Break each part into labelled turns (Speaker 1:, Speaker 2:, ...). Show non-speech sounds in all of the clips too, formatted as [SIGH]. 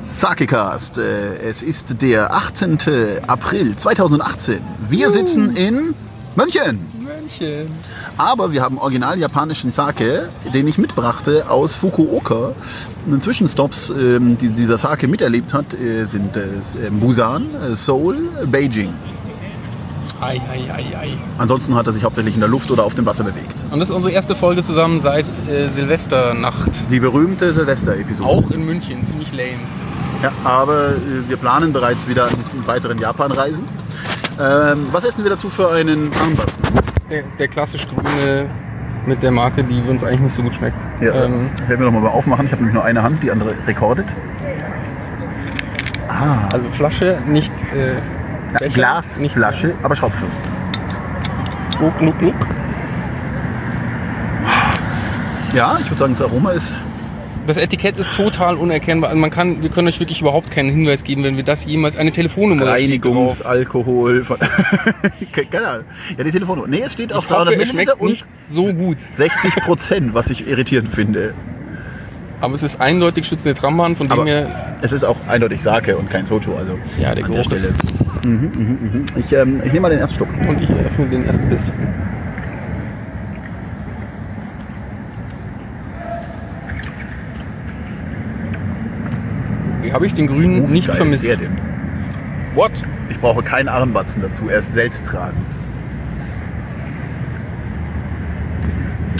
Speaker 1: Sakecast. Äh, Es ist der 18. April 2018. Wir sitzen in München.
Speaker 2: München.
Speaker 1: Aber wir haben original japanischen Sake, den ich mitbrachte aus Fukuoka. Und in Zwischenstops, ähm, die dieser Sake miterlebt hat, äh, sind äh, Busan, äh, Seoul, Beijing.
Speaker 2: Ei, ei, ei, ei.
Speaker 1: Ansonsten hat er sich hauptsächlich in der Luft oder auf dem Wasser bewegt.
Speaker 2: Und das ist unsere erste Folge zusammen seit äh, Silvesternacht.
Speaker 1: Die berühmte Silvester-Episode.
Speaker 2: Auch in München, ziemlich lame.
Speaker 1: Ja, aber äh, wir planen bereits wieder einen weiteren Japan-Reisen. Ähm, was essen wir dazu für einen Armbatzen?
Speaker 2: Der, der klassisch grüne mit der Marke, die uns eigentlich nicht so gut schmeckt. Ähm,
Speaker 1: werden wir nochmal mal aufmachen. Ich habe nämlich nur eine Hand, die andere rekordet. Ah,
Speaker 2: also Flasche, nicht äh, Becher,
Speaker 1: Glas,
Speaker 2: nicht
Speaker 1: Flasche, aber Schraubverschluss.
Speaker 2: Gluck, gluck, gluck.
Speaker 1: Ja, ich würde sagen, das Aroma ist
Speaker 2: Das Etikett ist total unerkennbar. Also man kann, wir können euch wirklich überhaupt keinen Hinweis geben, wenn wir das jemals eine Telefonnummer steht drauf.
Speaker 1: [LAUGHS] Reinigungsalkohol. Von Keine Ahnung. Ja, die Telefonnummer. Nee, es steht auch
Speaker 2: Ich hoffe,
Speaker 1: 300
Speaker 2: es schmeckt
Speaker 1: Milliliter und
Speaker 2: nicht so gut.
Speaker 1: 60 Prozent, was ich irritierend finde.
Speaker 2: Aber es ist eindeutig schützende Trambahn, von dem
Speaker 1: Aber-
Speaker 2: her,
Speaker 1: Es ist auch eindeutig Sake und kein Soto. Also
Speaker 2: ja, der
Speaker 1: an der
Speaker 2: Geruch
Speaker 1: Stelle.
Speaker 2: ist.
Speaker 1: Mhm, mhm, mhm. Ich, ähm, ich nehme mal den ersten Schluck.
Speaker 2: Und ich eröffne den ersten Biss. Wie habe ich den grünen
Speaker 1: Wie
Speaker 2: nicht
Speaker 1: geil
Speaker 2: vermisst?
Speaker 1: Ist der denn?
Speaker 2: What?
Speaker 1: Ich brauche keinen Armbatzen dazu, er ist selbsttragend.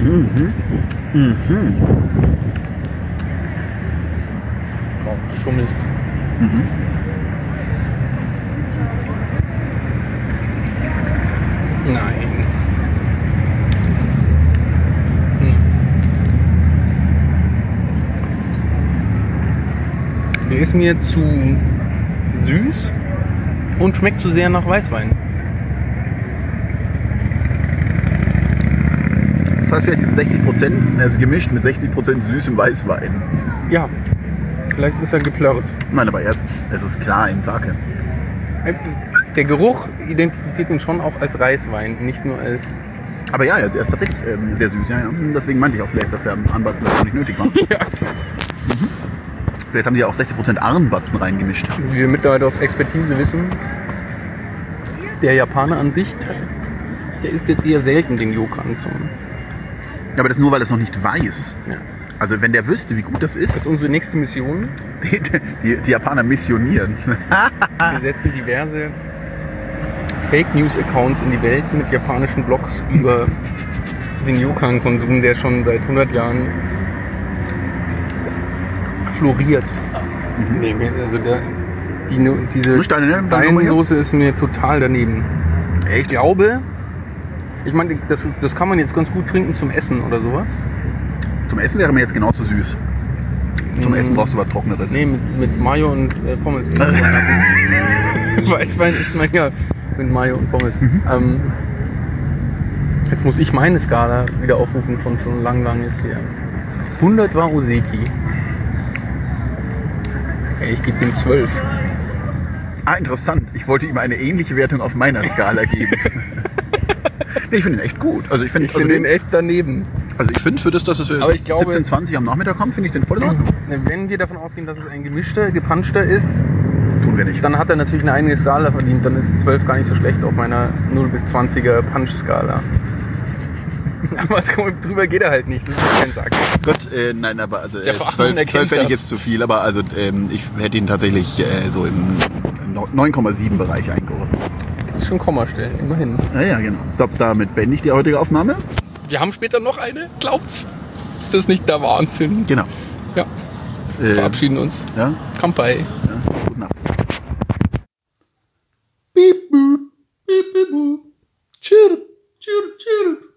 Speaker 1: Mhm. Mhm.
Speaker 2: Oh, du schummelst.
Speaker 1: Mhm.
Speaker 2: Nein. Hm. Der ist mir zu süß und schmeckt zu sehr nach Weißwein.
Speaker 1: Das heißt, vielleicht diese 60 Prozent, also gemischt mit 60 Prozent süßem Weißwein.
Speaker 2: Ja, vielleicht ist er geplörrt.
Speaker 1: Nein, aber erst, es ist klar in Sake.
Speaker 2: Äh, Der Geruch identifiziert ihn schon auch als Reiswein, nicht nur als.
Speaker 1: Aber ja, er ist tatsächlich ähm, sehr süß, ja, ja. Deswegen meinte ich auch vielleicht, dass der Armbatzen dafür nicht nötig war.
Speaker 2: [LAUGHS]
Speaker 1: Mhm.
Speaker 2: Ja.
Speaker 1: Vielleicht haben die ja auch 60 Prozent Armbatzen reingemischt.
Speaker 2: Wie wir mittlerweile aus Expertise wissen, der Japaner an sich, der isst jetzt eher selten den Yokan zum.
Speaker 1: Ja, aber das nur, weil er es noch nicht weiß.
Speaker 2: Ja.
Speaker 1: Also wenn der wüsste, wie gut das ist, [LAUGHS]
Speaker 2: Das ist unsere nächste Mission.
Speaker 1: die, die, die Japaner missionieren.
Speaker 2: Wir setzen diverse Fake News Accounts in die Welt mit japanischen Blogs über den Yokan-Konsum, der schon seit 100 Jahren floriert.
Speaker 1: Mhm.
Speaker 2: Nee, mir- also der, die, Nu- diese
Speaker 1: Nicht deine, ne? Deine Nummer hier?
Speaker 2: Weinsoße ist mir total daneben. Ich
Speaker 1: Echt?
Speaker 2: glaube, ich meine, das, ist- das kann man jetzt ganz gut trinken zum Essen oder sowas.
Speaker 1: Zum Essen wäre mir jetzt genau zu süß. Zum Essen brauchst du was Trockeneres.
Speaker 2: Mhm.
Speaker 1: [LAUGHS] Ah,
Speaker 2: Nee, mit, mit Mayo und äh, Pommes. [LAUGHS] Weißwein ist man ja mit Mayo und Pommes.
Speaker 1: Mhm.
Speaker 2: Ähm, jetzt muss ich meine Skala wieder aufrufen von schon lang, lang jetzt hier. 100 war Oseki. Ey, ich gebe ihm 12.
Speaker 1: Ah, interessant. Ich wollte ihm eine ähnliche Wertung auf meiner Skala geben.
Speaker 2: [LAUGHS]
Speaker 1: nee, ich finde ihn echt gut. Also ich finde
Speaker 2: Ich bin
Speaker 1: also
Speaker 2: den
Speaker 1: den-
Speaker 2: echt daneben.
Speaker 1: also ich finde für das, dass es für
Speaker 2: Aber ich glaube-
Speaker 1: 17.20 am Nachmittag kommt, finde ich den voll in Ordnung.
Speaker 2: Wenn wir davon ausgehen, dass es ein gemischter, gepanschter ist,
Speaker 1: Tun wir nicht.
Speaker 2: Mhm. dann hat er natürlich eine eigene Skala verdient. Dann ist 12 gar nicht so schlecht auf meiner 0 bis 20er Punch-Skala. [LAUGHS] Aber drüber geht er halt nicht. Das ist kein Sack.
Speaker 1: Gott, äh, nein, aber also äh,
Speaker 2: Der Fachmann
Speaker 1: zwölf-
Speaker 2: erkennt
Speaker 1: zwölf fände ich
Speaker 2: das.
Speaker 1: jetzt zu viel, aber also ähm, ich hätte ihn tatsächlich äh, so im 9,7 Bereich eingeordnet.
Speaker 2: Das ist schon Komma stellen, immerhin.
Speaker 1: Ja, ja, genau. Ich glaube, damit beende ich die heutige Aufnahme.
Speaker 2: Wir haben später noch eine, glaubt's? Ist das nicht der Wahnsinn?
Speaker 1: Genau.
Speaker 2: Ja.
Speaker 1: Äh,
Speaker 2: Verabschieden uns.
Speaker 1: ja,
Speaker 2: Kampai.
Speaker 1: ja. Guten Abend. Piep, boop. Piep, piep, boop. Chirp.
Speaker 2: Chirp, chirp.